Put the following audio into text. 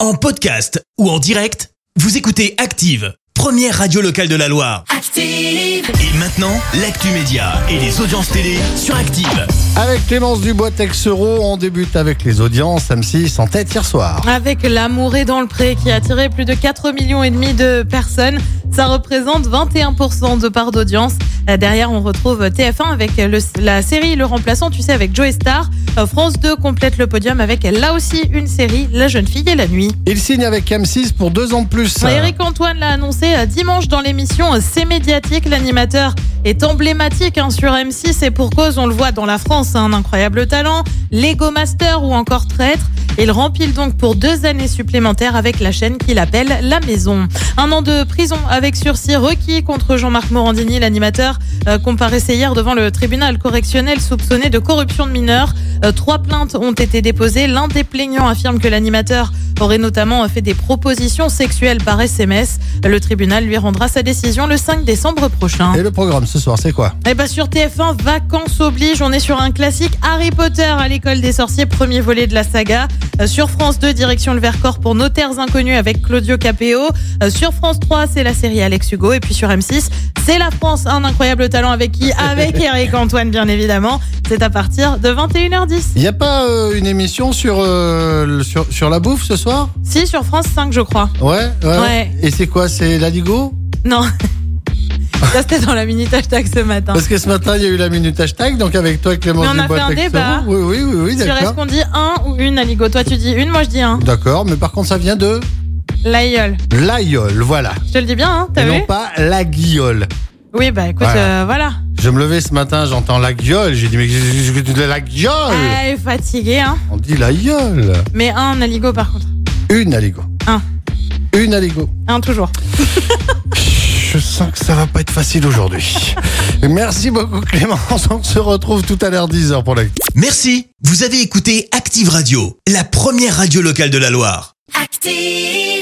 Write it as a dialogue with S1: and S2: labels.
S1: En podcast ou en direct, vous écoutez Active, première radio locale de la Loire.
S2: Active.
S1: Et maintenant, l'actu média et les audiences télé sur Active.
S3: Avec Clémence Dubois Texero, on débute avec les audiences. M6 en tête hier soir.
S4: Avec L'amour est dans le pré qui a attiré plus de 4 millions et demi de personnes, ça représente 21% de part d'audience. Euh, Derrière, on retrouve TF1 avec le- la série Le Remplaçant, tu sais, avec Joey Star. Euh, France 2 complète le podium avec là aussi une série, La jeune fille et la nuit.
S3: Il signe avec M6 pour deux ans de plus.
S4: Eric Antoine l'a annoncé euh, dimanche dans l'émission euh, C'est médiatique. L'animateur est emblématique hein, sur M6 et pour cause, on le voit dans la France, hein, un incroyable talent, Lego Master ou encore Traître. Il rempile donc pour deux années supplémentaires avec la chaîne qu'il appelle La Maison. Un an de prison avec sursis requis contre Jean-Marc Morandini, l'animateur, euh, comparaissait hier devant le tribunal correctionnel soupçonné de corruption de mineurs. Euh, trois plaintes ont été déposées. L'un des plaignants affirme que l'animateur aurait notamment fait des propositions sexuelles par SMS. Le tribunal lui rendra sa décision le 5 décembre prochain.
S3: Et le programme ce soir, c'est quoi
S4: Et bah sur TF1, vacances oblige, on est sur un classique Harry Potter à l'école des sorciers, premier volet de la saga. Euh, Sur France 2, direction le Vercors pour Notaires inconnus avec Claudio Capéo. Euh, Sur France 3, c'est la série Alex Hugo. Et puis sur M6, c'est la France, un incroyable talent avec qui Avec Eric Antoine, bien évidemment. C'est à partir de 21h10.
S3: Il n'y a pas euh, une émission sur, euh, le- sur, sur la bouffe ce soir
S4: Si, sur France 5, je crois.
S3: ouais,
S4: Ouais.
S3: Et c'est quoi C'est la Ligo
S4: Non. Ça, c'était dans la mini hashtag ce matin.
S3: Parce que ce matin, il y a eu la minute hashtag, donc avec toi, Clémence
S4: Mais on a
S3: Dubois
S4: fait un
S3: Texero.
S4: débat.
S3: Oui, oui, oui, oui
S4: Sur est-ce
S3: d'accord.
S4: qu'on dit un ou une, Aligo Toi, tu dis une, moi, je dis un.
S3: D'accord, mais par contre, ça vient de
S4: L'aïeul.
S3: l'aïeul, voilà.
S4: Je te le dis bien, hein,
S3: Et
S4: t'as
S3: non
S4: vu
S3: pas la guiole.
S4: Oui, bah écoute,
S3: Voilà.
S4: euh, voilà.
S3: Je me levais ce matin, j'entends la guiole. J'ai dit, mais qu'est-ce que tu dis de la guiole
S4: Ah, elle est fatiguée, hein.
S3: On dit la gueule.
S4: Mais un, Aligo, par contre.
S3: Une Aligo.
S4: Un.
S3: Une Aligo.
S4: Un, toujours.
S3: Je sens que ça va pas être facile aujourd'hui. Merci beaucoup Clémence. On se retrouve tout à l'heure 10h pour la
S1: Merci, vous avez écouté Active Radio, la première radio locale de la Loire.
S2: Active.